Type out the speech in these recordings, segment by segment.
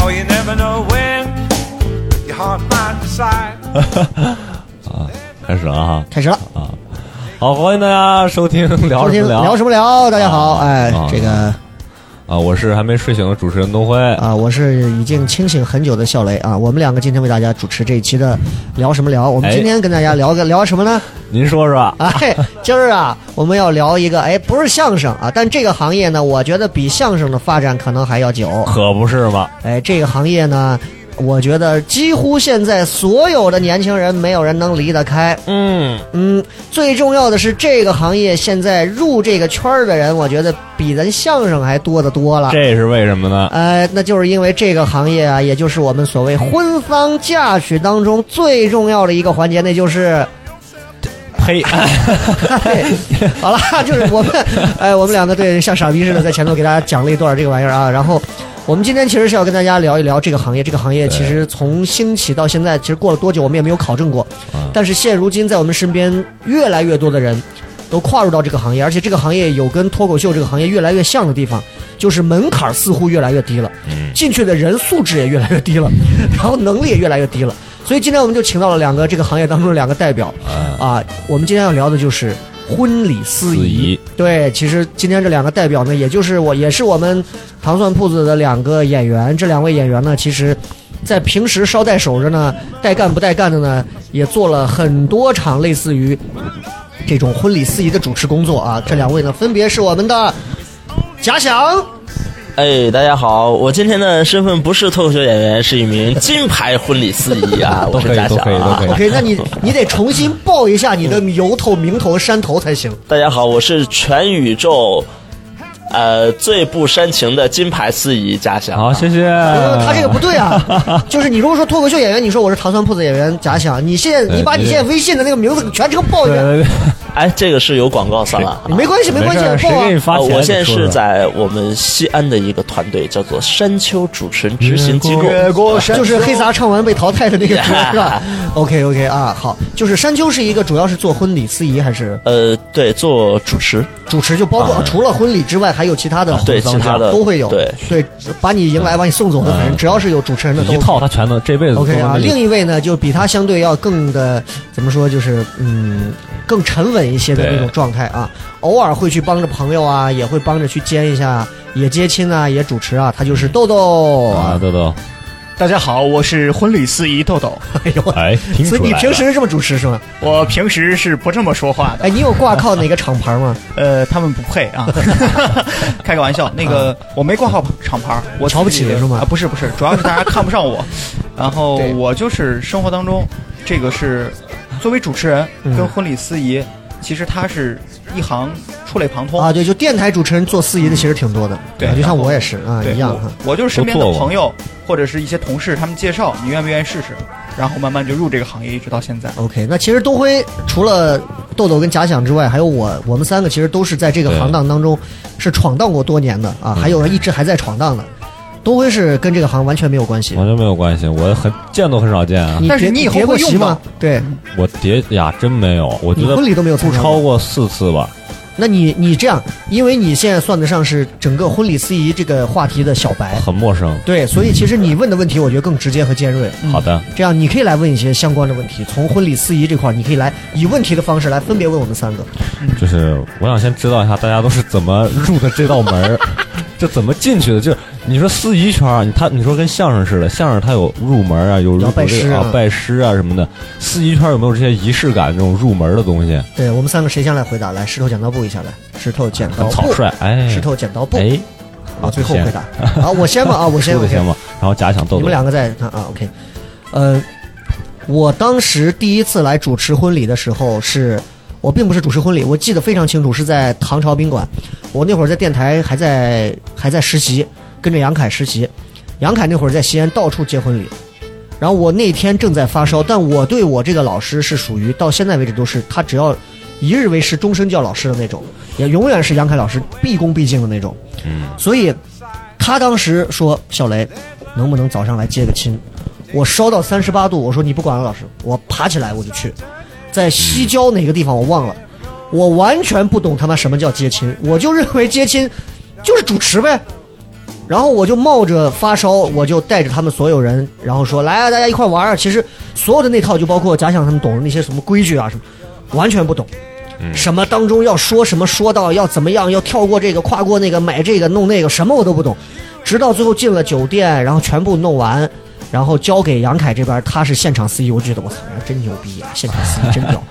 Oh, you never know when your heart might decide. 开始了哈，开始了，好，欢迎大家收听聊收什听么聊聊什么聊？大家好，啊哎啊，这个啊！我是还没睡醒的主持人东辉，啊，我是已经清醒很久的笑雷啊，我们两个今天为大家主持这一期的聊什么聊？我们哎今天跟大家聊个聊什么 呢？您说说，哎，今儿啊，我们要聊一个，哎，不是相声啊，但这个行业呢，我觉得比相声的发展可能还要久。可不是嘛？哎，这个行业呢，我觉得几乎现在所有的年轻人，没有人能离得开。嗯，嗯，最重要的是，这个行业现在入这个圈儿的人，我觉得比咱相声还多得多了。这是为什么呢？呃，那就是因为这个行业啊，也就是我们所谓婚丧嫁娶当中最重要的一个环节，那就是，呸！ 好了，就是我们，哎，我们两个对像傻逼似的在前头给大家讲了一段这个玩意儿啊，然后。我们今天其实是要跟大家聊一聊这个行业。这个行业其实从兴起到现在，其实过了多久我们也没有考证过。嗯但是现如今，在我们身边越来越多的人都跨入到这个行业，而且这个行业有跟脱口秀这个行业越来越像的地方，就是门槛似乎越来越低了。进去的人素质也越来越低了， 然后能力也越来越低了。所以今天我们就请到了两个这个行业当中的两个代表啊啊，我们今天要聊的就是婚礼司司仪仪。对，其实今天这两个代表呢，也就是我，也是我们糖蒜铺子的两个演员。这两位演员呢，其实，在平时捎带手着呢，带干不带干的呢，也做了很多场类似于这种婚礼司仪的主持工作啊。这两位呢，分别是我们的贾想。哎，大家好，我今天的身份不是脱口秀演员，是一名金牌婚礼司仪啊，都我可是以嘉都祥可以都啊可。以 OK，那你你得重新报一下你的由头、名头、山头才行。大家好，我是全宇宙，呃，最不煽情的金牌司仪啊嘉祥。好，谢谢。呃，啊他这个不不对啊，就是你如果说脱口秀演员，你说我是糖蒜铺子演员假想，你现在你把你现在微信的那个名字全程报一对遍，对对，哎，这个是有广告商啊。没关系，没没关事儿，系，谁报啊给。你发啊，钱？我现在你说是说在我们西安的一个团队，叫做山丘主持人执行机构。过啊就是黑撒唱完被淘汰的那个歌是吧？OK OK 啊，好，就是山丘是一个主要是做婚礼司仪还是呃，对，做主持，主持，就包括除了婚礼之外，还有其他的对其他的都会有，对对，把你迎来把你送走的，反正只要是有主持人的都一套，他全都这辈子都 OK 啊，能另一位呢，就比他相对要更的怎么说，就是嗯，更沉稳一些的那种对状态啊。偶尔会去帮着朋友啊，也会帮着去接一下，也接亲啊，也主持啊。他就是豆豆。啊，豆豆，大家好，我是婚礼司仪豆豆。 哎呦，哎，听出所以来你了平时是这么主持是吗？我平时是不这么说话的，哎，你有挂靠哪个厂牌 吗？呃，他们不配 啊，开个玩笑。那个我没挂号厂牌，我啊瞧不起自己是吗啊，不是不是，主要是大家看不上 我。然后对我就是生活当中，这个是作为主持人嗯跟婚礼司仪，其实它是一行触类旁通啊，。对，就电台主持人做司仪的其实挺多的，对啊就像然后我也是啊，对，一样我哈。我就是身边都的做过朋友或者是一些同事，他们介绍你愿不愿意试试，然后慢慢就入这个行业，一直到现在。 OK，那其实东辉除了豆豆跟假想之外，还有我，我们三个其实都是在这个对嗯行当当中是闯荡过多年的啊，还有一直还在闯荡的。东辉是跟这个行完全没有关系。完全没有关系，我很见都很少见啊，你但是叠你以后叠过会用席吗吗？对，我叠呀真没有，我你觉得婚礼都没有参不加超过。过四次吧。那你你这样，因为你现在算得上是整个婚礼司仪这个话题的小白，很陌生。对，所以其实你问的问题我觉得更直接和尖锐。好的，这样你可以来问一些相关的问题，从婚礼司仪这块儿，你可以来以问题的方式来分别问我们三个。就是我想先知道一下大家都是怎么入的这道门 儿，这怎么进去的？就是你说司仪圈儿，你他你说跟相声似的，相声它有入门啊，有入要拜有这师个啊啊拜师啊什么的。司仪圈有没有这些仪式感这种入门的东西？对我们三个谁先来回答？来，石头剪刀布一下来，石头剪刀很草布，率，哎，哦石头剪刀布，哎，啊，最后先回答啊，我先吧啊，我先 说的 OK，行吗？然后假想豆你豆们，两个再看啊，OK，呃，我当时第一次来主持婚礼的时候是。我并不是主持婚礼，我记得非常清楚，是在唐朝宾馆。我那会儿在电台还在还在实习，跟着杨凯实习。杨凯那会儿在西安到处接婚礼，然后我那天正在发烧，但我对我这个老师是属于到现在为止都是他只要一日为师，终身叫老师的那种，也永远是杨凯老师毕恭毕敬的那种。所以他当时说：“小雷，能不能早上来接个亲？”我烧到三十八度，我说你不管了，老师，我爬起来我就去，在西郊哪个地方我忘了，我完全不懂他妈什么叫接亲，我就认为接亲就是主持呗。然后我就冒着发烧，我就带着他们所有人，然后说来啊，大家一块玩儿。其实所有的那套，就包括假想他们懂的那些什么规矩啊什么，完全不懂。什么当中要说什么，说到要怎么样，要跳过这个，跨过那个，买这个弄那个，什么我都不懂。直到最后进了酒店，然后全部弄完，然后交给杨凯这边，他是现场 E 司仪，我觉得我操，人家真牛逼啊，现场司仪真屌。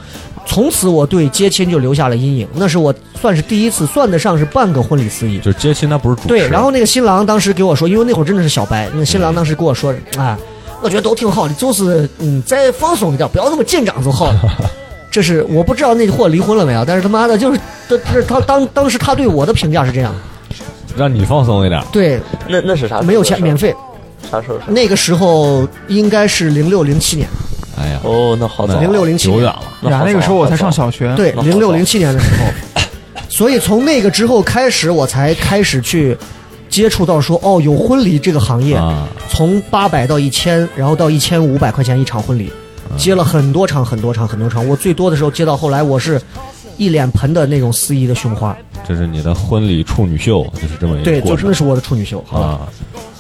从此我对接亲就留下了阴影，那是我算是第一次算得上是半个婚礼司仪。就是接亲，他不是主持。对，然后那个新郎当时给我说，因为那会儿真的是小白，那新郎当时跟我说，啊，我觉得都挺好的，就是嗯，再放松一点，不要那么紧张就好了。这是我不知道那货离婚了没有，但是他妈的，就是这这他当当时他对我的评价是这样，让你放松一点。对，那那是啥？没有钱，免。费。啥时候是？那个时候应该是零六零七年，哎呀，哦，那好早啊， 0607久远了。那好早啊那个时候我才上，小学，对，那零六零七年的时候，所以从那个之后开始，我才开始去接触到说，哦，有婚礼这个行业，啊，从八百到一千，然后到一千五百块钱一场婚礼，嗯接了很多场很多场很多场。我最多的时候接到后来，我是一脸盆的那种司仪的胸花，这是你的婚礼处女秀，就是这么一对，个就过是那程是我的处女秀。好吧，啊。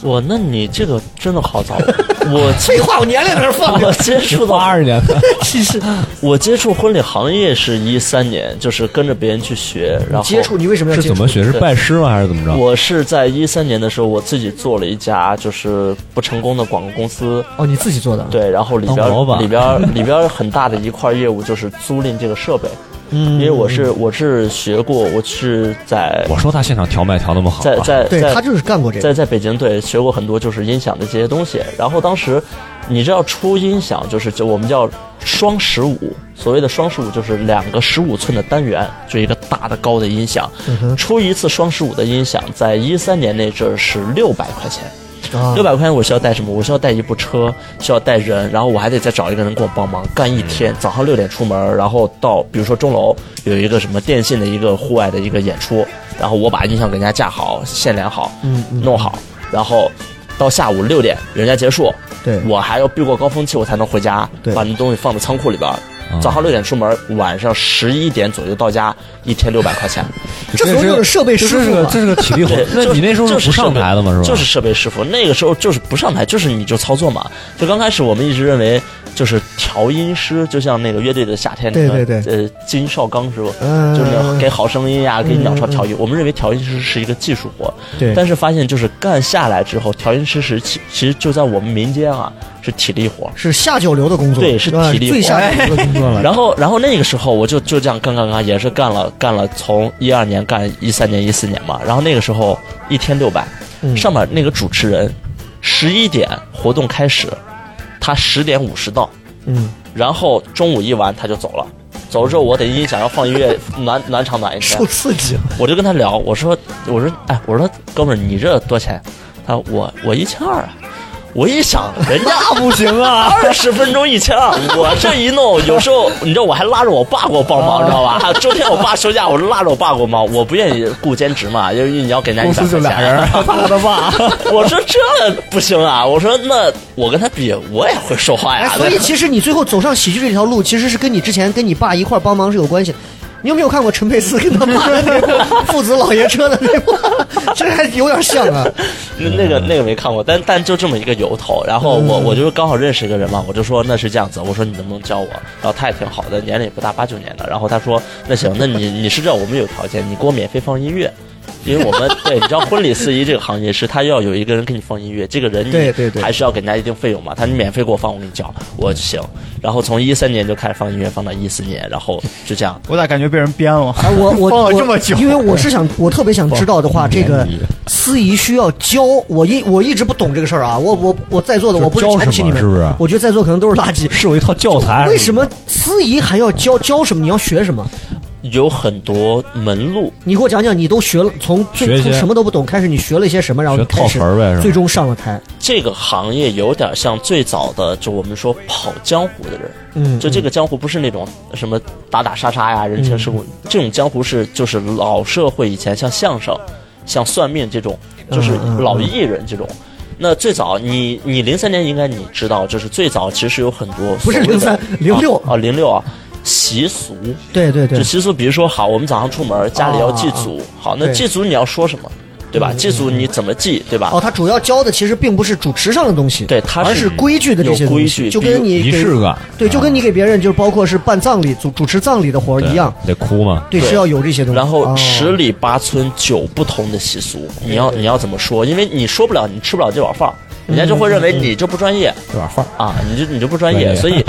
哇，那你这个真的好早啊。我废话， 我年龄在这放着 我。接触到八二年 的，其实我接触婚礼行业是一三年，就是跟着别人去学，然后接触你为什么要是接怎触么？学？是对拜师吗？还是怎么着？我是在一三年的时候，我自己做了一家就是不成功的广告公司，哦，你自己做的。，对，然后里边当老板里边里边很大的一块业务就是租赁这个设备，嗯因为我是我是学过，我是在我说他现场调麦调那么好啊，在在对在他就是干过这个。在在北京对学过很多就是音响的这些东西，然后当时你知道出音响就是就我们叫双十五，所谓的双十五就是两个十五寸的单元，就一个大的高的音响，嗯出一次双十五的音响，在一三年那阵儿是六百块钱。啊六百块钱我需要带什么？我需要带一部车，需要带人，然后我还得再找一个人给我帮忙干嗯一天。早上六点出门，然后到比如说钟楼有一个什么电信的一个户外的一个演出，然后我把音响给人家架好、线连好、嗯嗯弄好，然后到下午六点人家结束，对我还要避过高峰期我才能回家对，啊把那东西放到仓库里边儿。早上六点出门，晚上十一点左右到家，一天六百块 钱。这时候就是设备师这是傅个嘛这是个体力活对，。那就你那时候就是不上台的吗？是是吧？就是设备师傅，那个时候就是不上台，就是你就操作嘛。就刚开始我们一直认为就是调音师，就像那个乐队的夏天里对面，对对呃，金少刚师傅，嗯就是那种给好声音呀、给鸟巢调音。我们认为调音师是一个技术活，对但是发现就是干下来之后，调音师是其其实就在我们民间啊是体力活。是下九流的工作，对是吧体力活哎最下九流的工作了。然后，然后那个时候我就就这样干干干，也是干了干了，从一二年干一三年一四年嘛。然后那个时候一天六百、嗯上面那个主持人十一点活动开始，他十点五十到，嗯，然后中午一完他就走了。走了之后，我得音响要放音乐，暖暖场暖一天受。刺激了。我就跟他聊，我说，我说，哎，我说哥们儿，你这多少钱？他说我我一千二啊。我一想，人家不行啊，二十分钟一千二，我这一弄，有时候你知道我还拉着我爸给我帮忙，你知道吧？ 周天我爸休假，我拉着我爸给我忙，我不愿意雇兼职嘛，因为你要给人家一百块钱， 他的爸。我说这不行啊，我说那我跟他比，我也会说话哎呀，，所以其实你最后走上喜剧这条路，其实是跟你之前跟你爸一块儿帮忙是有关系的。你有没有看过陈佩斯跟他爸的那部父子老爷车的那部？这还有点像啊。那那个那个没看过，但但就这么一个由头。然后嗯我我就是刚好认识一个人嘛，我就说那是这样子，我说你能不能教我？然后他也挺好的，年龄也不大，八九年的。然后他说那行，那你你是这样，我们有条件，你给我免费放音乐。因为我 们对，你知道婚礼司仪这个行业是他要有一个人给你放音乐，这个人你对对对还是要给人家一定费用嘛，他你免费给我放，我给你交，我行。然后从一三年就开始放音乐，放到一四年，然后就这样。我咋感觉被人编了？哎，我我 放我了这么久，因为我是想，我特别想知道的话，不这个便宜司仪需要教我一我一直不懂这个事儿啊，我我我在座的就我不是教瞧不什起么你们，是不是啊我觉得在座可能都是垃圾。是有一套教材。为什么司仪还要教教什么？你要学什么？有很多门路，你给我讲讲，你都学了，从学最一些从什么都不懂开始，你学了一些什么，然后你学开始套词儿呗是吧最终上了台。这个行业有点像最早的，就我们说跑江湖的人。嗯，就这个江湖不是那种什么打打杀杀呀、人情世故，嗯这种江湖是就是老社会以前像相声、像算命这种，就是嗯嗯老艺人这种。那最早你你零三年应该你知道，就是最早其实有很多不是所谓的03 06啊零六啊习俗，对对对啊就，习俗，比如说好，我们早上出门家里要祭祖，好那对嗯祭祖你要说什么，对吧？祭祖你怎么祭，对吧？哦，他主要教的其实并不是主持上的东西，对它是而是规矩的这些有东西规矩就比跟如你给仪式感啊对，就啊跟你给别人就是包括是办葬礼、主主持葬礼的活儿对一样，得哭嘛？对，对是要有这些东西。然后哦十里八村九不同的习俗，你要你要怎么说？因为你说不了，你吃不了这碗饭儿，人家就会认嗯为你就不专业这碗饭啊，你就你就不专专业。业所以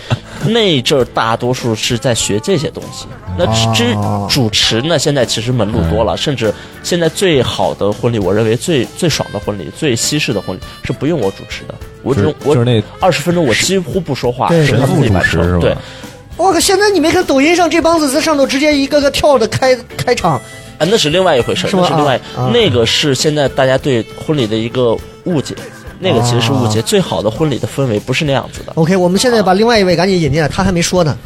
那一阵儿大多数是在学这些东 西。那之哦嗯主持呢，现在其实门路多了，甚至现在最好的婚礼，我认为最最爽的婚礼、最西式的婚礼是不用我主持的，我只就是我就是那二十分钟我几乎不说话，对是他神们父自己主完持成是吧？对，我靠，现在你没看抖音上这帮子在上头直接一个个跳着开开场，啊，那是另外一回事，是吗那是另外、啊啊那个是现在大家对婚礼的一个误解，那个其实是误啊解。最好的婚礼的氛围不是那样子的。 OK，我们现在把另外一位赶紧引进来，他还没说呢。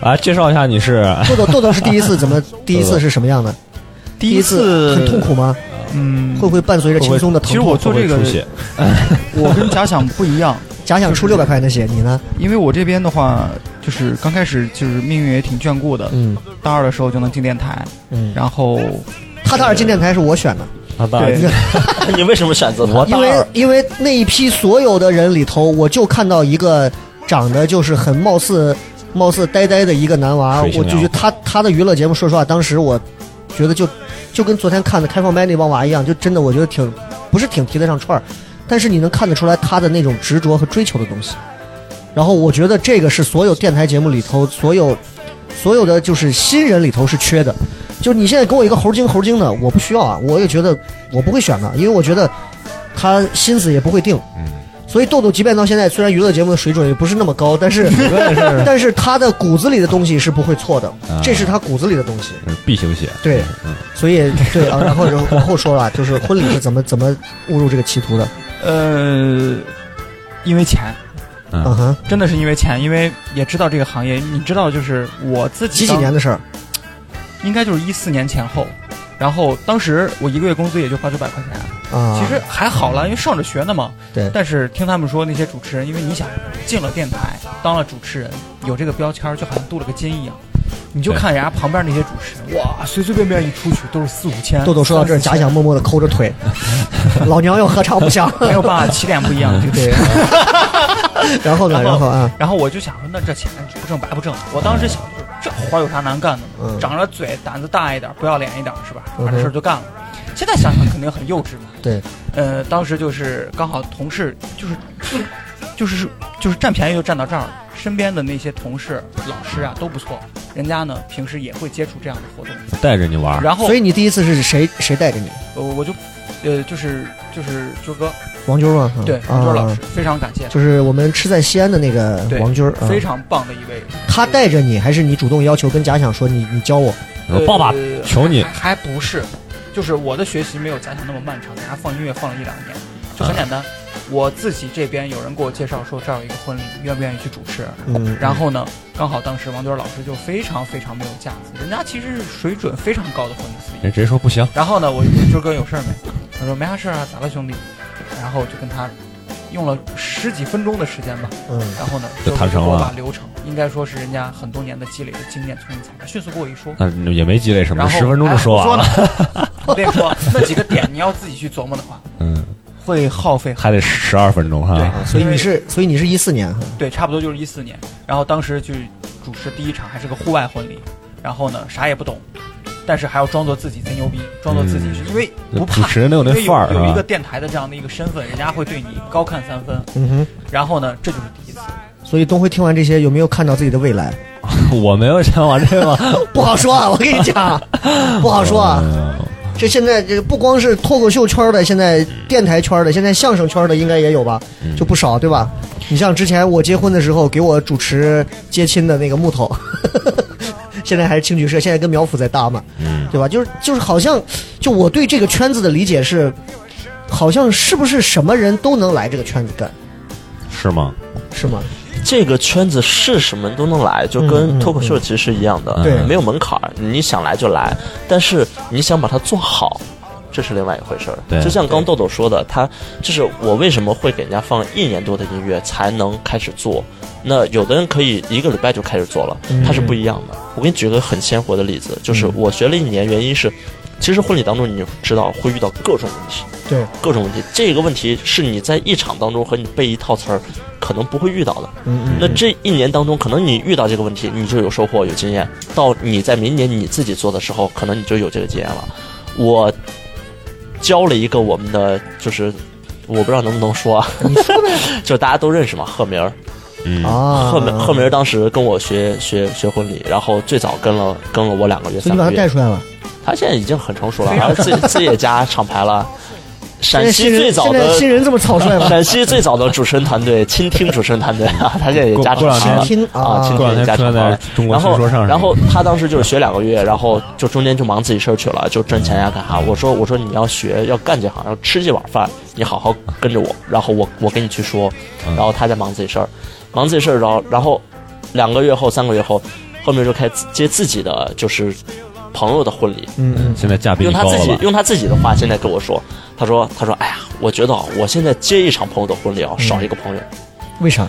来介绍一下，你是豆豆，豆豆是第一次，怎么 第一次是什么样的？第一次很痛苦吗？嗯， 会不会伴随着轻松的疼其实痛？我做这个会不会出血，我跟假想不一样，假想出六百块那些，你呢？因为我这边的话，就是刚开始就是命运也挺眷顾的，嗯大二的时候就能进电台，嗯，然后他大二进电台是我选的，嗯他大对， 你为什么选择他？因为因为那一批所有的人里头，我就看到一个长得就是很貌似貌似呆呆的一个男娃，我水性就觉得杨他他的娱乐节目，说实话，当时我觉得就就跟昨天看的开放麦那帮娃一样，就真的我觉得挺不是挺提得上串儿，但是你能看得出来他的那种执着和追求的东西。然后我觉得这个是所有电台节目里头所有所有的就是新人里头是缺的。就是你现在给我一个猴精猴精的，我不需要啊，我也觉得我不会选的，因为我觉得他心思也不会定。嗯所以豆豆即便到现在，虽然娱乐节目的水准也不是那么高，但 是但是他的骨子里的东西是不会错的，啊这是他骨子里的东西。啊就是 B 型血，对嗯，所以对 啊，然后然后往后说了，就是婚礼是怎么怎么误入这个歧途的。呃，因为钱，嗯嗯哼，真的是因为钱，因为也知道这个行业，你知道，就是我自己几几当年的事儿？应该就是一四年前后，然后当时我一个月工资也就八九百块钱，啊，其实还好啦，因为上着学呢嘛。对但是听他们说那些主持人，因为你想进了电台，当了主持人，有这个标签儿，就好像镀了个金一样。你就看人家旁边那些主持人，哇，随随便便一出去都是四五千。豆豆说到这儿，三假四千想默默的抠着腿，老娘要何尝不 想？没有 办法，起点哎不一样。这个对。 然后呢？然后啊，然后我就想说，那这钱不挣白不挣。我当时想就是，这活儿有啥难干的？嗯呢？长着嘴，胆子大一点，不要脸一点，是吧？嗯哼把这事儿就干了。现在想想肯定很幼稚嘛。对。呃，当时就是刚好同事就是就是就是占便宜就占到这儿了，身边的那些同事、老师啊都不错，人家呢平时也会接触这样的活动，带着你玩儿，然后啊所以你第一次是谁谁带着你？呃我就呃就是就是军哥，王军吗？啊对，王军老师啊，非常感谢，就是我们吃在西安的那个对王军儿，啊非常棒的一位。他带着你，还是你主动要求跟假想说你你教我？我说爸爸呃求你还还不是，就是我的学习没有假想那么漫长，给他放音乐放了一两年，就啊很简单。我自己这边有人给我介绍说这儿有一个婚礼，愿不愿意去主持？嗯， 然后呢，刚好当时王娟老师就非常非常没有架子，人家其实是水准非常高的婚礼司仪人。直接说不行，然后呢，我就说军哥有事儿没？他说没啥事儿啊，咋了兄弟？然后就跟他用了十几分钟的时间吧，嗯然后呢就谈成了给我把流程，应该说是人家很多年的积累的经验聪明才干，迅速给我一说，那也没积累什么，然后十分钟就说哎我完了，说 呢，我跟你说，那几个点你要自己去琢磨的话，嗯，会耗费很。还得十二分钟哈。对，所以因为你是，所以你是一四年哈，对，差不多就是一四年。然后当时就是主持第一场，还是个户外婚礼。然后呢，啥也不懂，但是还要装作自己贼牛逼，装作自己是因为不嗯怕主持人得有那因为范儿是有吧一个电台的这样的一个身份，人家会对你高看三分。嗯哼，然后呢，这就是第一次。所以东辉听完这些，有没有看到自己的未来？ 我没有想往这 个，不好说啊，我跟你讲，不好说哦啊。嗯这现在这不光是脱口秀圈的，现在电台圈的，现在相声圈的应该也有吧，就不少，对吧？你像之前我结婚的时候给我主持接亲的那个木头， 现在还是青曲社，现在跟苗阜在搭嘛，嗯对吧？就是就是好像，就我对这个圈子的理解是，好像是不是什么人都能来这个圈子干，是吗？是吗？这个圈子是什么都能来，就嗯嗯跟脱口秀其实是一样的，嗯对没有门槛儿，你想来就来，但是你想把它做好。这是另外一回事儿，对就像刚豆豆说的，他就是我为什么会给人家放一年多的音乐才能开始做？那有的人可以一个礼拜就开始做了，嗯它是不一样的。我给你举个很鲜活的例子，就是我学了一年，原因是，其实婚礼当中你知道会遇到各种问题，对，各种问题，这个问题是你在一场当中和你背一套词儿可能不会遇到的，嗯那这一年当中，可能你遇到这个问题，你就有收获、有经验；到你在明年你自己做的时候，可能你就有这个经验了。我教了一个我们的，就是我不知道能不能说，啊，嗯，你说呗 就大家都认识嘛，赫明儿。嗯，啊，赫明赫明儿当时跟我学学学婚礼，然后最早跟了跟了我两个月、所以三你把个他月带。出来了。他现在已经很 成熟了，然后自己自己也加厂牌了。现陕在西新最人早现在的新人这么草 率吗？啊陕西最早的主持人团队， 倾听主持人团队啊，他现在也加过过厂两牌天了。听啊，啊今过两天天家出长现在中国然新后说唱上然后他当时就是学两个月，然后就中间就忙自己事儿去了，就挣钱呀干啥。我说我说你要学要干这行，要吃这碗饭，你好好跟着我，然后我我跟你去说。嗯然后他在忙自己事儿，忙自己事儿，然后然后两个月后三个月后，后面就开始接自己的就是朋友的婚礼，嗯嗯，现在价比用你他高自了己吧？用他自己的话现在跟我说，他说他说哎呀，我觉得啊我现在接一场朋友的婚礼嗯啊少一个朋友。为啥？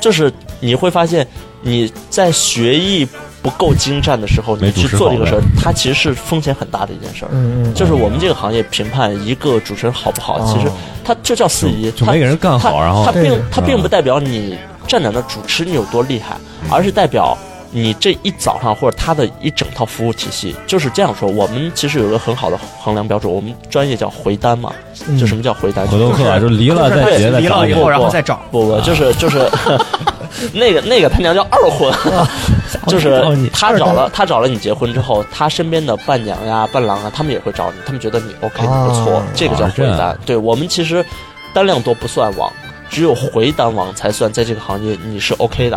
就是你会发现你在学艺不够精湛的时候，没你主去持做这个好事儿呗，它其实是风险很大的一件事儿。嗯嗯，就是我们这个行业评判一个主持人好不好，哦其实他就叫司仪，就没给人干他好，然后他对并他嗯并不代表你站在那主持你有多厉害，而是代表。你这一早上或者他的一整套服务体系就是这样说。我们其实有一个很好的衡量标准，我们专业叫回单嘛，嗯就什么叫回单？回头客啊就离了就是再结他再离找了以你后，然后再找。不不，就是就是 那个那个他娘叫二婚， 就是哦你他找了他找了你结婚之后，他身边的伴娘呀、伴郎啊，他们也会找你，他们觉得你 OK，你不错啊，这个叫啊回这样单。对我们其实单量多不算网，只有回单网才算在这个行业你是 OK 的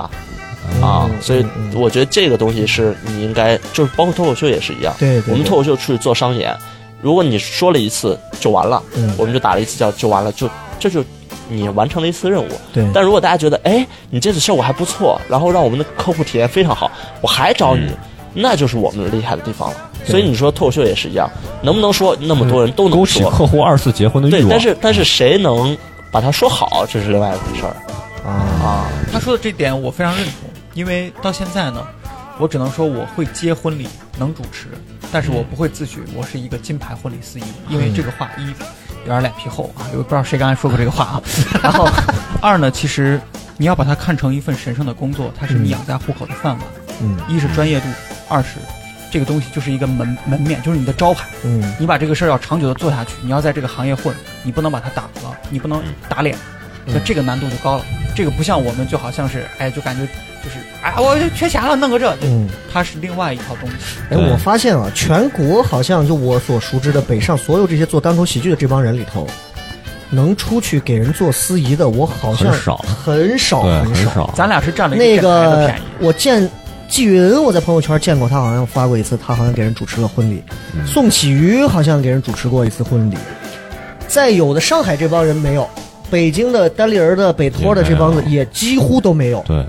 啊嗯。所以嗯嗯我觉得这个东西是你应该，就是包括脱口秀也是一样，对对对我们脱口秀出去做商演，如果你说了一次就完了，嗯我们就打了一次叫就完了，就这就你完成了一次任务。对但如果大家觉得，哎，你这次效果还不错，然后让我们的客户体验非常好，我还找嗯你，那就是我们厉害的地方了。所以你说脱口秀也是一样，能不能说那么多人都能勾起说？客户二次结婚的欲啊对，望但。是但是谁能把它说好，这是另外一回事儿啊，啊。他说的这点我非常认同，因为到现在呢，我只能说我会接婚礼，能主持，但是我不会自诩我是一个金牌婚礼司仪，因为这个话一有点脸皮厚啊，我不知道谁刚才说过这个话啊。 然后二呢，其实你要把它看成一份神圣的工作，它是你养家糊口的饭碗。嗯一是专业度，二是这个东西就是一个门门面，就是你的招牌。嗯你把这个事儿要长久的做下去，你要在这个行业混，你不能把它打了，你不能打脸，那嗯这个难度就高了。这个不像我们，就好像是哎，就感觉就是哎，我就缺钱了，弄个这，嗯，它是另外一套东西。哎，对我发现啊，全国好像就我所熟知的北上所有这些做单口喜剧的这帮人里头，能出去给人做司仪的，我好像很少很少，对，很很少。咱俩是占了一那电台的个便宜，我见纪云，我在朋友圈见过他，好像发过一次，他好像给人主持了婚礼。嗯宋启瑜好像给人主持过一次婚礼。再有的上海这帮人没有，北京的单立人的、北托的这帮子也没也几乎都没有。对，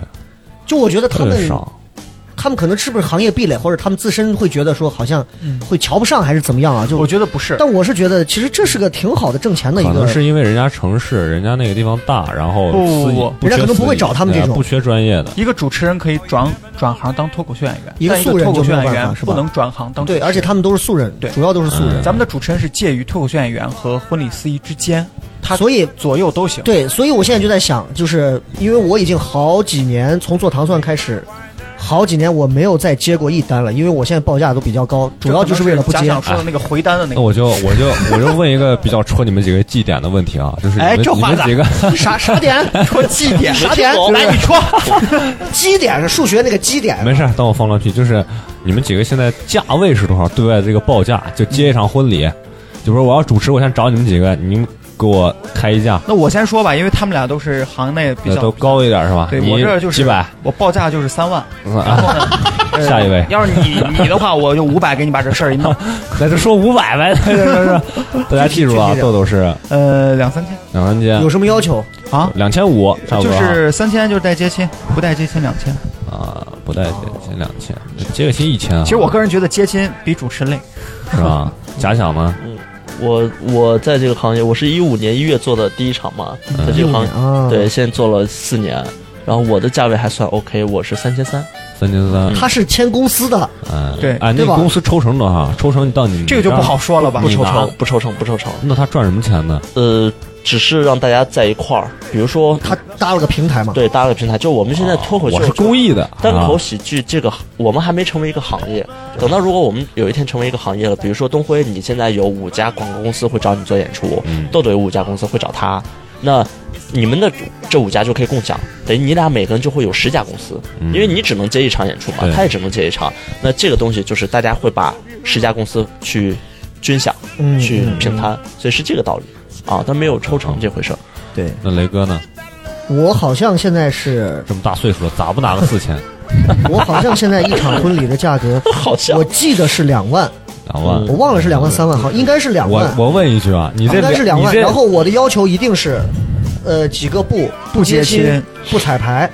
就我觉得他特别们，少。他们可能是不是行业壁垒，或者他们自身会觉得说好像会瞧不上，还是怎么样啊？就嗯我觉得不是，但我是觉得，其实这是个挺好的挣钱的一可能个。是因为人家城市，人家那个地方大，然后不司仪不缺人家可能不司仪会找他们这哎呀种不缺 专业的。一个主持人可以转转行当脱口秀演员，一个但素人就脱没口秀有演办员法是吧不能转行当主持对，人而且他们都是素人，对主要都是素人。咱们的主持人是介于脱口秀演员和婚礼司仪之间，他所以左右都行。对，所以我现在就在想，就是因为我已经好几年从做糖蒜开始，好几年我没有再接过一单了，因为我现在报价都比较高，主要就是为了不假接。哎想说的那个回单的那那个，我就我就我就问一个比较戳你们几个绩点的问题啊，就是你哎们这你话们咋几个 啥啥点？戳绩点，啥点？来你说，基点是数学那个基点。没事儿，当我放上去，就是你们几个现在价位是多少？对外的这个报价，就接一场婚礼，嗯就比如我要主持，我想找你们几个，你们给我开一价， 那我先说吧，因为他们俩都是行内比那较都高一点是吧？对你我这儿就是 几百，我报价就是三万，然后啊，呢，呃下一位要是你你的话，我用五百给你把这事儿一 弄，那就说五百呗，是是是，大家记住啊具体具体，点豆豆是呃，两三千两三千有，什么要求？ 嗯啊，两千五差不就多啊是三千就是带接亲，不带接亲两千。啊，不带接亲两千，接个亲一千啊，其实我个人觉得接亲比主持累，是 吧？假想吗？我我在这个行业，我是一五年一月做的第一场嘛，在这个行业，啊，对，，现在做了四年，然后我的价位还算 OK，我是三千三，三千三，他是签公司的，嗯，对哎，那对吧公司抽成多少？抽成到你这个就不好。说了吧不？抽你拿成，不抽成，不抽成，那他赚什么钱呢？呃，只是让大家在一块儿，比如说，他搭了个平台嘛。对，搭个平台，就我们现在脱口秀，哦我是公益的，单口啊喜剧这个行，我们还没成为一个行业。等到如果我们有一天成为一个行业了，比如说东辉，你现在有五家广告公司会找你做演出，嗯豆豆有五家公司会找他，那你们的这五家就可以共享，等于你俩每个人就会有十家公司，嗯因为你只能接一场演出嘛对，他也只能接一场。那这个东西就是大家会把十家公司去均享、嗯，去嗯平摊，所以是这个道理啊，但没有抽成这回事儿。对，嗯那雷哥呢？嗯我好像现在是，这么大岁数了，咋不拿个四千我好像现在一场婚礼的价 格，好像我记得是两万，两万？嗯我忘了是两万三万，好，应该是两我万，我问一句啊，你这应该是两你万。这然后我的要求一定是，呃，几个不不接亲亲，不彩排，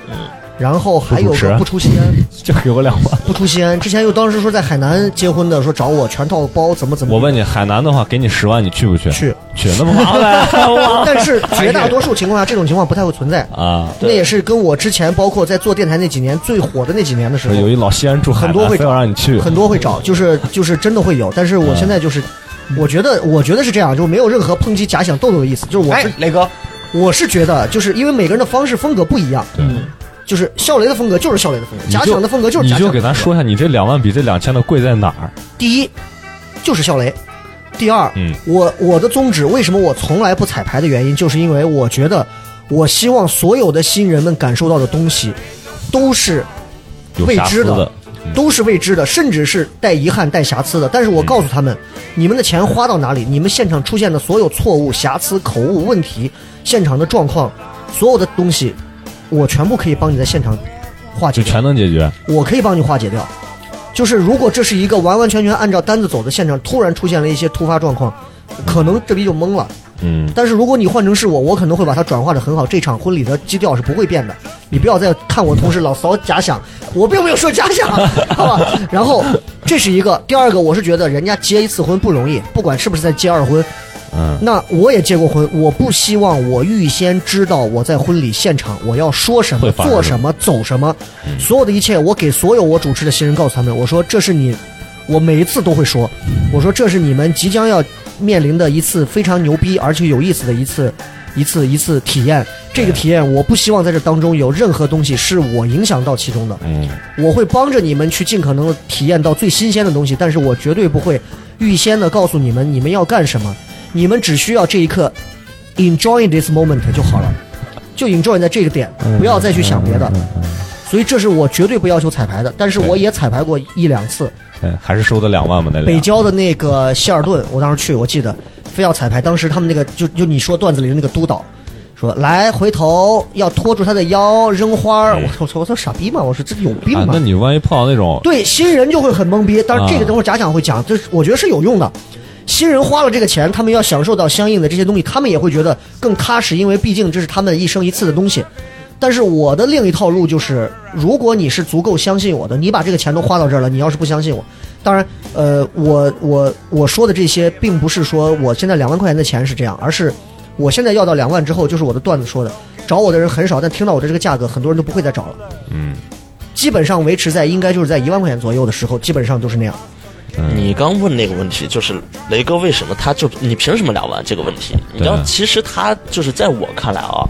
然后还有嗯不主持啊个不出西安，就给我两万。不出西安。之前又当时说在海南结婚的，说找我全套包，怎么怎么。我问你，海南的话给你十万，你去不去？去，去，那么麻 烦啊哇但 是哎绝大多数情况下，这种情况不太会存在。啊！那也是跟我之前包括在做电台那几年最火的那几年的时说有候，一老西安住海很多南，会非要让你去，很多会找，就是就是真的会有。但是嗯我现在就是，我觉得我觉得是这样，就没有任何抨击假想豆豆的意思。就是我哎是、，雷哥，我是觉得，就是因为每个人的方式风格不一样，嗯，就是笑雷的风格就是笑雷的风格，你就假想的风格就是你假想的风格。就给咱说一下，你这两万比这两千的贵在哪儿？第一就是笑雷，第二，嗯我我的宗旨为什么我从来不彩排的原因，就是因为我觉得我希望所有的新人们感受到的东西都是有未瑕知疵的的，嗯都是未知的，甚至是带遗憾、带瑕疵的。但是我告诉他们，你们的钱花到哪里，你们现场出现的所有错误、瑕疵、口误、问题，现场的状况，所有的东西，我全部可以帮你在现场化解就掉，全能解决。我可以帮你化解掉。就是如果这是一个完完全全按照单子走的现场，突然出现了一些突发状况，可能这逼就懵了。嗯，但是如果你换成是我，我可能会把它转化的很好。这场婚礼的基调是不会变的，你不要再看我同事老扫假想，我并没有说假想， 好吧？然后这是一个，第二个我是觉得人家结一次婚不容易，不管是不是在结二婚，嗯，那我也结过婚，我不希望我预先知道我在婚礼现场我要说什么会、发生嗯做什么、走什么，所有的一切，我给所有我主持的新人告诉他们，我说这是你，我每一次都会说，嗯我说这是你们即将要面临的一次非常牛逼而且有意思的一次。一次一次体验，这嗯个体验我不希望在这当中有任何东西是我影响到其中的。嗯，我会帮着你们去尽可能的体验到最新鲜的东西，但是我绝对不会预先的告诉你们你们要干什么，你们只需要这一刻 enjoy this moment 就好了，就 enjoy 在这个点，嗯不要再去想别的。所以这是我绝对不要求彩排的，但是我也彩排过一两次。哎，还是收的两万吧，那俩北郊的那个希尔顿，我当时去，我记得非要彩排，当时他们那个就就你说段子里的那个督导。说来，回头要拖住他的腰，扔花儿。我说我说我说傻逼吗？我说这有病啊，吗？那你万一碰到那种对新人就会很懵逼。但是这个啊等会儿假想会讲，这是我觉得是有用的。新人花了这个钱，他们要享受到相应的这些东西，他们也会觉得更踏实，因为毕竟这是他们一生一次的东西。但是我的另一套路就是，如果你是足够相信我的，你把这个钱都花到这儿了，你要是不相信我，当然，呃，我我我说的这些，并不是说我现在两万块钱的钱是这样，而是我现在要到两万之后，就是我的段子说的，找我的人很少，但听到我的这个价格，很多人都不会再找了。嗯，基本上维持在应该就是在一万块钱左右的时候，基本上都是那样。你刚问那个问题，就是雷哥为什么他就你凭什么两万这个问题？你知道，对其实他就是在我看来啊，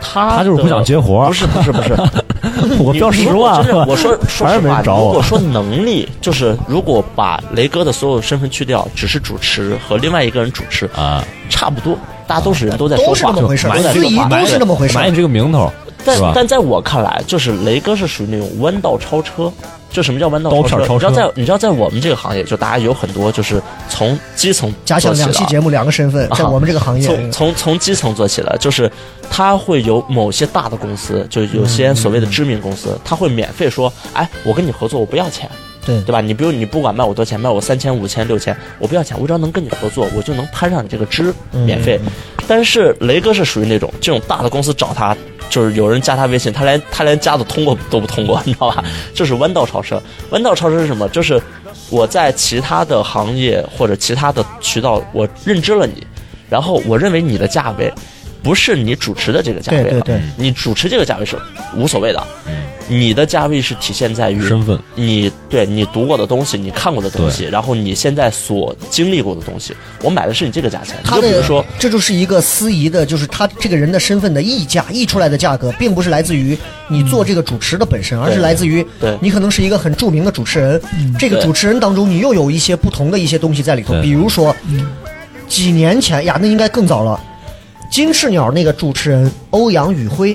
他他他就是不想接活儿不是不是不是， 我你标十万如果真了 的，我说说还实是没话，人找如果我。说能力，就是如果把雷哥的所有身份去掉，只是主持和另外一个人主持，啊，差不多，大家都是人，都在说都是话，那么回事儿都，在司说仪话。都是那么回事买儿你。这个名头，但是吧？但在我看来，就是雷哥是属于那种弯道超车。就什么叫弯道刀超片超车？你知道车在你知道在我们这个行业，就大家有很多就是从基层假想做起两期的节目两个身份，在我们这个行业，从从从基层做起的，就是它会有某些大的公司，就有些所谓的知名公司，它会免费说，哎，我跟你合作，我不要钱，对对吧？你比如你不管卖我多少钱，卖我三千、五千、六千，我不要钱，我只要能跟你合作，我就能攀上你这个知，嗯免费。但是雷哥是属于那种这种大的公司找他，就是有人加他微信，他连他连加的通过都不通过，你知道嗯 吧？这是弯道超车。弯道超车是什么？就是我在其他的行业或者其他的渠道，我认知了你，然后我认为你的价位不是你主持的这个价位对了，对对，你主持这个价位是无所谓的，你的价位是体现在于身份你对你读过的东西，你看过的东西，然后你现在所经历过的东西，我买的是你这个价钱。你他就比如的说，这就是一个司仪的，就是他这个人的身份的溢价溢出来的价格，并不是来自于你做这个主持的本身，而是来自于对嗯你可能是一个很著名的主持人，这个对主持人当中你又有一些不同的一些东西在里头，对比如说嗯几年前呀，那应该更早了。金翅鸟那个主持人欧阳宇辉，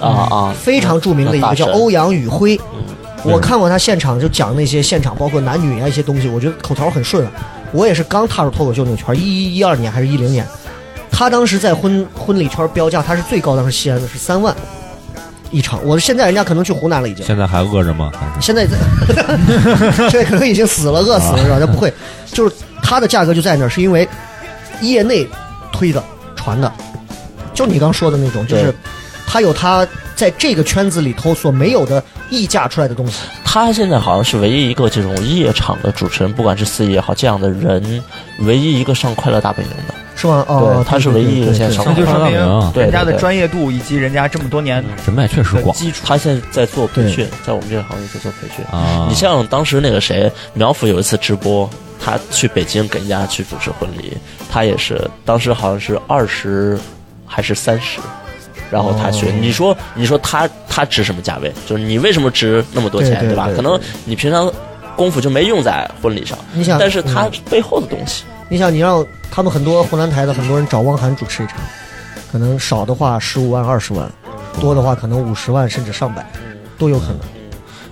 啊啊，嗯非常著名的一那个大神叫欧阳宇辉，嗯我看过他现场，就讲那些现场包括男女啊一些东西，我觉得口条很顺啊。我也是刚踏入脱口秀那个圈儿，一一一二年还是一零年，他当时在婚婚礼圈儿标价，他是最高，当时西安的是三万一场。我现在人家可能去湖南了已经，现在还饿着吗？还是现在在 现在可能已经死了，饿死了是啊吧？他不会，就是它的价格就在那儿，是因为业内推的、传的，就你刚说的那种，就是对它有它在这个圈子里头所没有的溢价出来的东西。他现在好像是唯一一个这种夜场的主持人，不管是司仪也好，这样的人，唯一一个上《快乐大本营》的。是吗？哦，对它是唯一一个现场那那就就说说明明对对人家的对专业度以及人家这么多年人脉确实的广基础。他现在在做培训，在我们这个行业在做培训。啊。你像当时那个谁，苗阜有一次直播，他去北京给人家去主持婚礼，他也是当时好像是二十还是三十，然后他去，你说你说他他值什么价位？就是你为什么值那么多钱，对对吧？对可能你平常功夫就没用在婚礼上，你想但是他嗯背后的东西，你想，你让他们很多湖南台的很多人找汪涵主持一场，可能少的话十五万、二十万，多的话可能五十万甚至上百，都有可能。嗯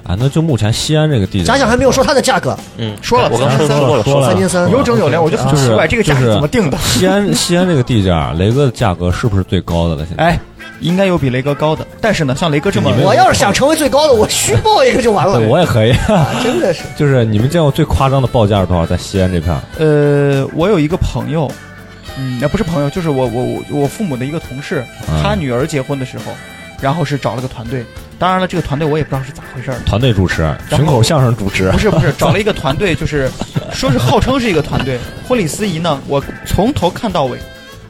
啊，那就目前西安这个地点，假想还没有说他的价格，嗯，说了我刚说咱过了，说了三千三说了有整有量，我就很就是奇怪这个价就是是怎么定的。西安 西安这个地价，雷哥的价格是不是最高的了？现在哎，应该有比雷哥高的，但是呢，像雷哥这么你们我要是想成为最高的，我虚报一个就完了。对我也可以。 真的是。就是你们见过最夸张的报价是多少？在西安这片儿，呃，我有一个朋友，嗯，那不是朋友，就是我我我我父母的一个同事，嗯他女儿结婚的时候，然后是找了个团队，当然了，这个团队我也不知道是咋回事儿。团队主持，群口相声主持 不，是不是，找了一个团队，就是 说是号称是一个团队。婚礼司仪呢，我从头看到尾，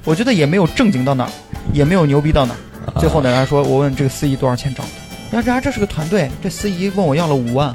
我觉得也没有正经到哪儿，也没有牛逼到哪啊儿。最后呢，人家说我问这个司仪多少钱找的，人家这是个团队，这司仪问我要了五万，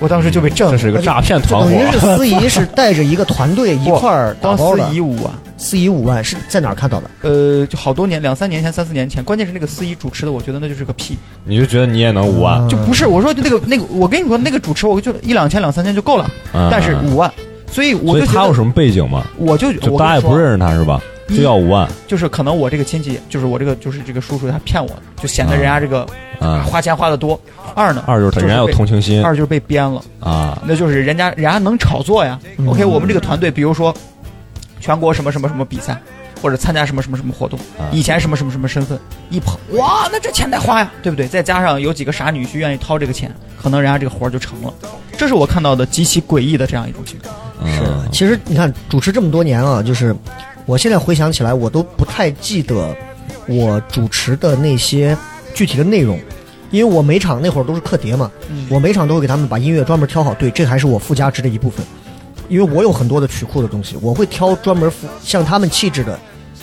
我当时就被震这了。是个诈骗就团等于是伙。司仪是带着一个团队一块儿打当包司的仪，五万，啊司仪五万是在哪儿看到的？呃，就好多年，两三年前、三四年前，关键是那个司仪主持的，我觉得那就是个屁， 你就觉得你也能五万？就不是我说就那个那个，我跟你说那个主持，我就一两千、两三千就够了，嗯但是嗯五万，所以我所就以觉他有得，什么背景吗？我就就我大家也跟你不说认识他是吧？一就要五万就是可能我这个亲戚，就是我这个就是这个叔叔，他骗我，就显得人家这个啊！花钱花的多。二呢，二就是他人家有被同情心二就是被编了，啊，那就是人家人家能炒作呀。OK，我们嗯这个团队，比如说全国什么什么什么比赛，或者参加什么什么什么活动，啊以前什么什么什么身份，一捧哇，那这钱得花呀，对不对？再加上有几个傻女婿愿意掏这个钱，可能人家这个活儿就成了。这是我看到的极其诡异的这样一种情况。嗯其实你看主持这么多年啊，就是我现在回想起来，我都不太记得我主持的那些具体的内容。因为我每场那会儿都是客碟嘛，我每场都会给他们把音乐专门挑好，对，这还是我附加值的一部分。因为我有很多的曲库的东西，我会挑专门符像他们气质的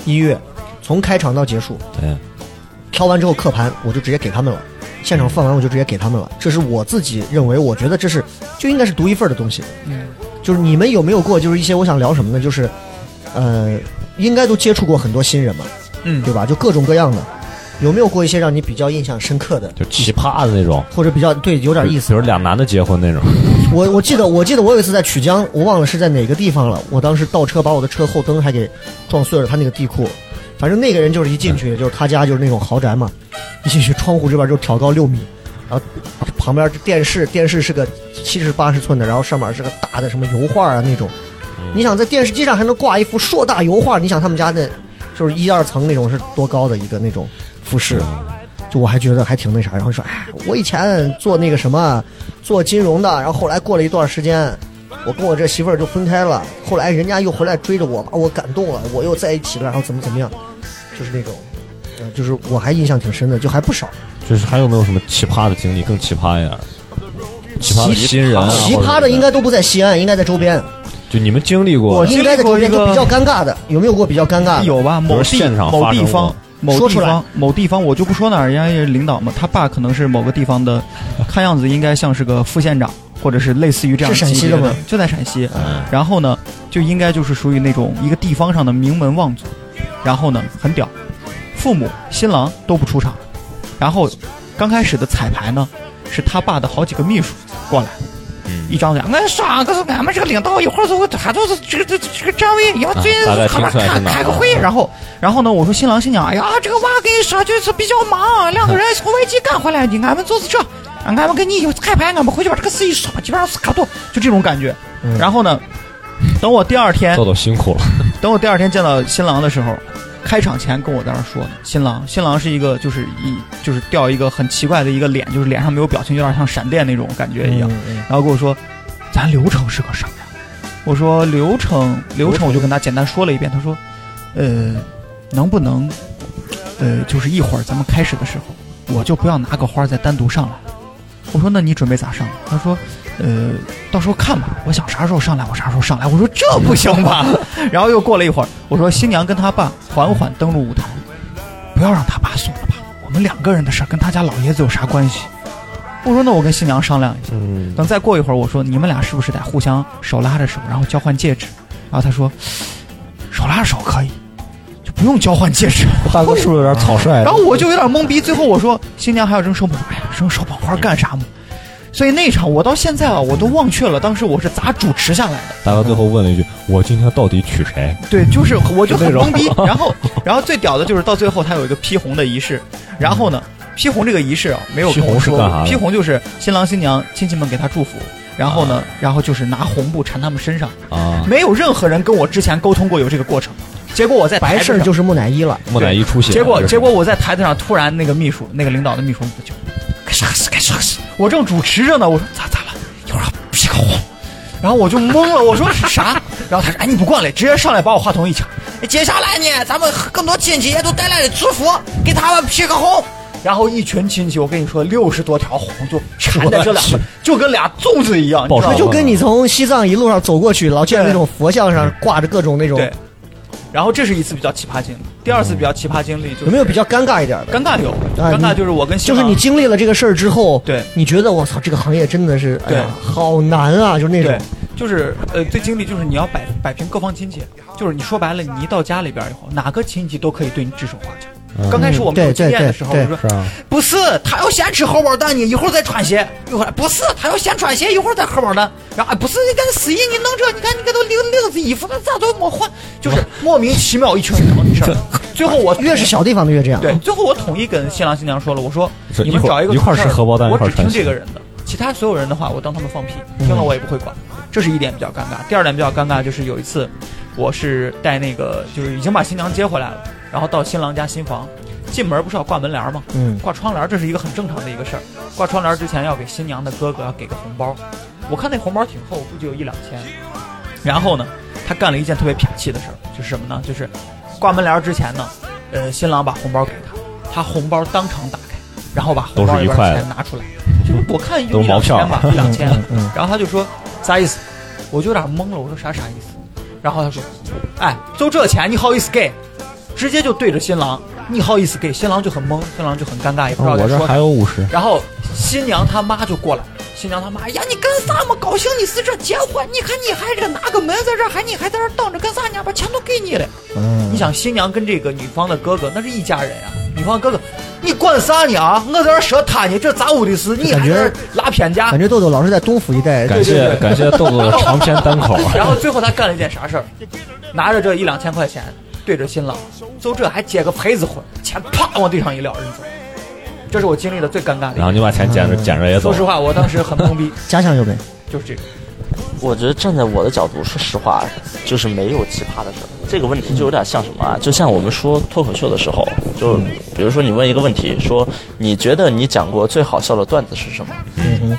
音乐，从开场到结束，对，挑完之后刻盘，我就直接给他们了。现场放完我就直接给他们了，这是我自己认为，我觉得这是就应该是独一份儿的东西。嗯，就是你们有没有过，就是一些我想聊什么呢？就是，呃，应该都接触过很多新人嘛，嗯对吧？就各种各样的，有没有过一些让你比较印象深刻的，就奇葩的那种，或者比较对有点意比思如？俩男的结婚那种，我我记得我记得我有一次在曲江，我忘了是在哪个地方了，我当时倒车把我的车后灯还给撞碎了，他那个地库。反正那个人就是一进去，就是他家就是那种豪宅嘛，一进去窗户这边就挑高六米，然后旁边电视电视是个七十八十寸的，然后上面是个大的什么油画啊那种。你想在电视机上还能挂一幅硕大油画，你想他们家那就是一二层那种是多高的一个那种复式，就我还觉得还挺那啥。然后说，哎，我以前做那个什么，做金融的，然后后来过了一段时间，我跟我这媳妇儿就分开了。后来人家又回来追着我，把我感动了，我又在一起了，然后怎么怎么样，就是那种，呃就是我还印象挺深的，就还不少。就是还有没有什么奇葩的经历更奇葩一点？奇葩的新人啊，奇或者葩的应该都不在西安，应该在周边。就你们经历过我的，应该在周边经历就过比一较个尴尬的，有没有过比较尴尬的？有吧？比某如地现场某发生地过方某嗯说地出来方某地方，我就不说哪儿，人家也是领导嘛，他爸可能是某个地方的，看样子应该像是个副县长，或者是类似于这样是陕级西别的吗就在陕西。嗯然后呢，就应该就是属于那种一个地方上的名门望族，然后呢很屌，父母、新郎都不出场，然后刚开始的彩排呢，是他爸的好几个秘书过来。嗯一张嘴，我上告诉俺们这个领导一会儿就他就是这个这个这个站位要这啊大概好吧听出来是开哪儿嗯开个会，然后然后呢，我说新郎新娘，哎呀，这个娃跟你说就是比较忙，两个人从外地赶回来的，俺们就是这，俺们跟你有彩排，俺们回去把这个事一说，基本上是卡多，就这种感觉。然后呢，等我第二天豆豆哎辛苦了，等我第二天见到新郎的时候，开场前跟我在那儿说呢，新郎，新郎是一个就是一就是掉一个很奇怪的一个脸，就是脸上没有表情，有点像闪电那种感觉嗯一样。然后跟我说，咱流程是个啥呀？我说流程，流程我就跟他简单说了一遍。他说，呃，能不能，呃，就是一会儿咱们开始的时候，我就不要拿个花儿再单独上来。我说那你准备咋上？他说，呃，到时候看吧，我想啥时候上来我啥时候上来。我说这不行吧？ 然后又过了一会儿，我说新娘跟她爸缓缓登陆舞台，不要让他爸送了吧，我们两个人的事儿跟他家老爷子有啥关系？我说那我跟新娘商量一下。嗯，等再过一会儿，我说你们俩是不是得互相手拉着手，然后交换戒指？然后他说手拉着手可以，就不用交换戒指。大哥是不是有点草率然后我就有点懵逼。最后我说新娘还要扔手捧花哎呀，扔手捧花干啥嘛？所以那场我到现在啊，我都忘却了当时我是咋主持下来的。 大哥最后问了一句：“我今天到底娶谁对，就是我就就那很种懵逼。然后，然后最屌的就是到最后他有一个披红的仪式，然后呢，披红这个仪式啊，没有披跟我红是说干啥过，的披红就是新郎新娘亲戚们给他祝福，然后呢，然后就是拿红布缠他们身上，？”啊，没有任何人跟我之前沟通过有这个过程。结果我在台白子事上儿就是木乃伊了。木乃伊出现。结果这是结果我在台子上突然那个秘书那个领导的秘书就该啥事该啥事，我正主持着呢，我说咋咋了，一会儿劈个红，然后我就懵了，我说是啥？ 然后他说哎你不惯嘞，直接上来把我话筒一抢，哎接下来呢咱们更多亲戚也都带来了祝福，给他们劈个红。然后一群亲戚，我跟你说，六十多条红就缠在这两个，就跟俩粽子一样，你知道爆吗炒？就跟你从西藏一路上走过去，老见对那种佛像上挂着各种那种，对。然后这是一次比较奇葩经历，第二次比较奇葩经历就是有没有比较尴尬一点的？尴尬有？啊尴尬你就是我跟新就是郎你经历了这个事儿之后，对你觉得我操，这个行业真的是，哎呀，好难啊，就是那种对，就是呃，最经历就是你要摆摆平各方亲戚，就是你说白了，你一到家里边以后，哪个亲戚都可以对你指手画脚。刚开始我们嗯对有经验对的时候，对我说嗯是啊，不是，他要先吃荷包蛋，你一会儿再穿鞋，一会儿不是，他要先穿鞋，一会儿再荷包蛋。然后哎，不是，你看司仪，你弄这，你看你看都领领子衣服，那咋都没换，就是莫名其妙一群人的 事儿。最后我越是小地方的越这样。对，最后我统一跟新郎新娘说了，我说是你们一会儿找一个一块儿主持吃荷包蛋我一块儿只听穿鞋嗯这个人的，其他所有人的话我当他们放屁，听了我也不会管，这是一点比较尴尬。第二点比较尴尬就是有一次，我是带那个就是已经把新娘接回来了，然后到新郎家新房，进门不是要挂门帘儿吗？嗯，挂窗帘儿这是一个很正常的一个事儿，挂窗帘儿之前要给新娘的哥哥要给个红包，我看那红包挺厚，估计有一两千。然后呢，他干了一件特别痞气的事儿，就是什么呢？就是挂门帘儿之前呢，呃，新郎把红包给他，他红包当场打开，然后把红包都是里边一块的钱拿出来，就是我看都有一毛两票千吧，一两千嗯嗯嗯。然后他就说啥意思？我就有点懵了，我说啥啥意思？然后他说，哎，就这钱你好意思给？直接就对着新郎，你好意思给？新郎就很懵，新郎就很尴尬，也不哦知道我该这说啥还。有五十，然后新娘她妈就过来，新娘她妈哎呀，你干啥嘛？高兴你是这结婚，你看你还这拿个门在这儿，还你还在这儿等着干啥呢？把钱都给你了。嗯你想新娘跟这个女方的哥哥那是一家人啊，女方哥哥你管啥呢啊？我在这儿舌塌呢，这咋回的事？你感还觉在这儿拉偏架感？觉豆豆老是在东府一带，感谢感谢豆豆的长篇单口。 然后最后他干了一件啥事儿？拿着这一两千块钱，对着新郎，就这还接个陪子婚，钱啪往地上一撂，人走。这是我经历的最尴尬的一然后件。你把钱捡着捡着也走说实了，话，我当时很懵逼，家乡有没？就是这个。我觉得站在我的角度，说实话，就是没有奇葩的事儿。这个问题就有点像什么啊？就像我们说脱口秀的时候，就比如说你问一个问题，说你觉得你讲过最好笑的段子是什么？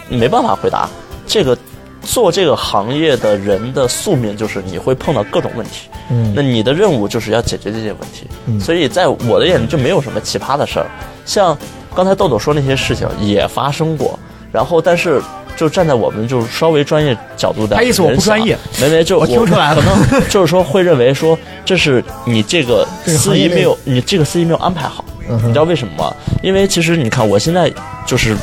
你没办法回答。这个做这个行业的人的宿命就是你会碰到各种问题，嗯那你的任务就是要解决这些问题。嗯所以在我的眼里就没有什么奇葩的事儿，像刚才豆豆说那些事情也发生过，然后但是。就站在我们就是稍微专业角度的，他意思我不专业，没没就我听出来了可能就是说会认为说这是你这个这是司行业仪内没有你这个司仪没有安排好，嗯你哼知道为什么吗？因为其实你看，我现在就是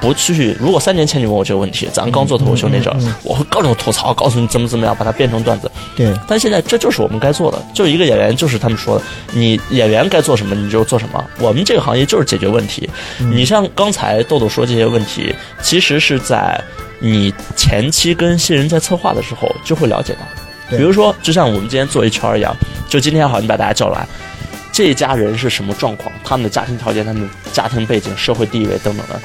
不去。如果三年前你问我这个问题，咱刚做脱口秀那阵嗯儿，我会各种吐槽，告诉你怎么怎么样，把它变成段子。对，但现在这就是我们该做的，就一个演员，就是他们说的，你演员该做什么你就做什么。我们这个行业就是解决问题。你像刚才豆豆说这些问题，其实是在你前期跟新人在策划的时候就会了解到。对比如说，就像我们今天做 HR 一样，就今天好，你把大家叫来，这一家人是什么状况，他们的家庭条件、他们的家庭背景、社会地位等等的，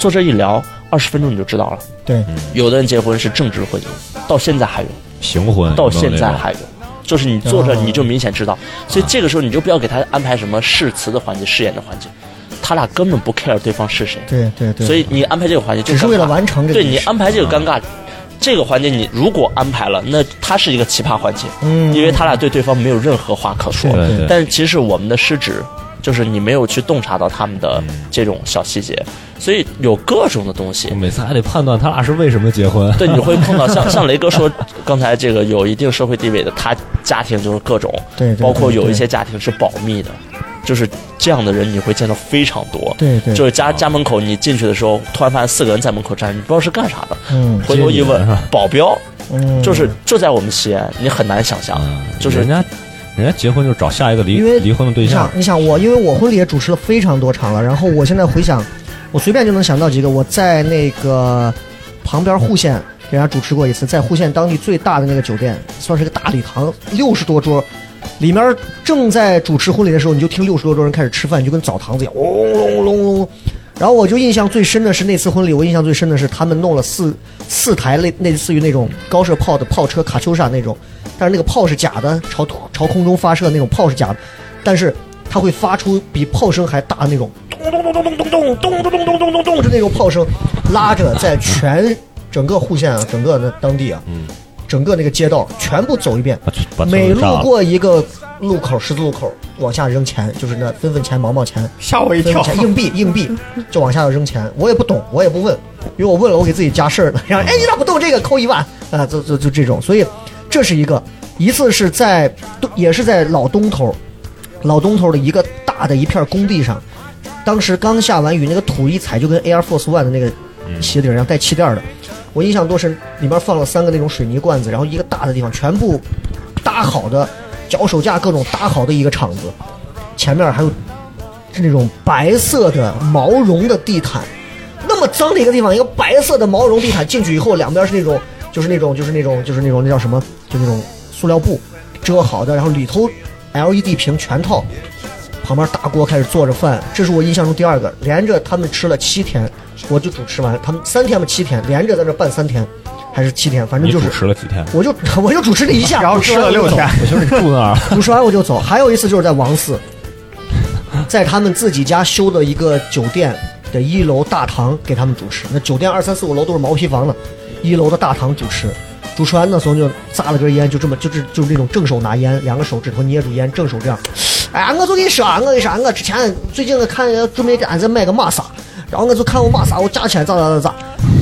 坐这一聊，二十分钟你就知道了。对，有的人结婚是政治婚姻，到现在还有。行婚嗯到现在还有，就是你坐着你就明显知道，所以这个时候你就不要给他安排什么誓词的环节、誓言的环节，他俩根本不 care 对方是谁，对对对，所以你安排这个环节就只是尴尬为了完成这嗯个对仪式你安排这个尴尬。这个环节你如果安排了，那它是一个奇葩环节，嗯因为他俩对对方没有任何话可说。对对但其实我们的失职，就是你没有去洞察到他们的嗯这种小细节，所以有各种的东西我。每次还得判断他俩是为什么结婚。对，你会碰到像像雷哥说刚才这个有一定社会地位的，他家庭就是各种，对对对包括有一些家庭是保密的，就是这样的人你会见到非常多。对对就是家家门口你进去的时候，突然发现四个人在门口站着，你不知道是干啥的。嗯回头一接问你的是吧，保镖嗯，就是就在我们西安，你很难想象，就嗯是人家人家结婚就找下一个离因为离婚的对你象想，，你想我，因为我婚礼也主持了非常多场了，然后我现在回想，我随便就能想到几个。我在那个旁边户县给人家主持过一次，在户县当地最大的那个酒店，算是个大礼堂，六十多桌，里面正在主持婚礼的时候，你就听六十多桌人开始吃饭，就跟澡堂子一样，嗡隆隆隆。然后我就印象最深的是那次婚礼，我印象最深的是他们弄了四四台类类似于那种高射炮的炮车卡秋莎那种，但是那个炮是假的，朝土朝空中发射的那种炮是假的，但是它会发出比炮声还大的那种咚咚咚咚咚咚咚咚咚咚咚咚咚咚的那种炮声，拉着在全整个户县啊，整个的当地啊，整个那个街道全部走一遍，嗯把把村每子路炸了。过一个路口十字路口往下扔钱，就是那分分钱毛毛钱。吓我一分跳，钱硬 币硬币就往下扔钱，我也不懂，我也不问，因为我问了我给自己加事儿了。 然后哎，你咋不动这个扣一万啊？就就就这种，所以这是一个一次是在也是在老东头，老东头的一个大的一片工地上，当时刚下完雨，那个土一踩就跟 Air Force One 的那个鞋底儿一样，带气垫儿的。我印象多深，里面放了三个那种水泥罐子，然后一个大的地方全部搭好的脚手架，各种搭好的一个场子，前面还有是那种白色的毛绒的地毯，那么脏的一个地方，一个白色的毛绒地毯进去以后，两边是那种就是那种就是那种就是那种那叫什么，就那种塑料布遮好的，然后里头 LED 屏全套，旁边大锅开始做着饭，这是我印象中第二个，连着他们吃了七天，我就主持完，他们三天吧七天，连着在这办三天，还是七天，反正你就主是持了几天？我就 我就主持了一下，然后主持吃完我了就六走天，我就是住那儿，啊主持完我就走。还有一次就是在王寺，在他们自己家修的一个酒店的一楼大堂给他们主持。那酒店二三四五楼都是毛坯房的，一楼的大堂主持。主持完那时候就扎了根烟，就这么就是就是那种正手拿烟，两个手指头捏住烟，正手这样。哎呀，我就跟你说啊，我跟你说啊，我之前最近我看准备俺在买个玛莎，然后我就看我玛莎，我价钱咋咋咋咋。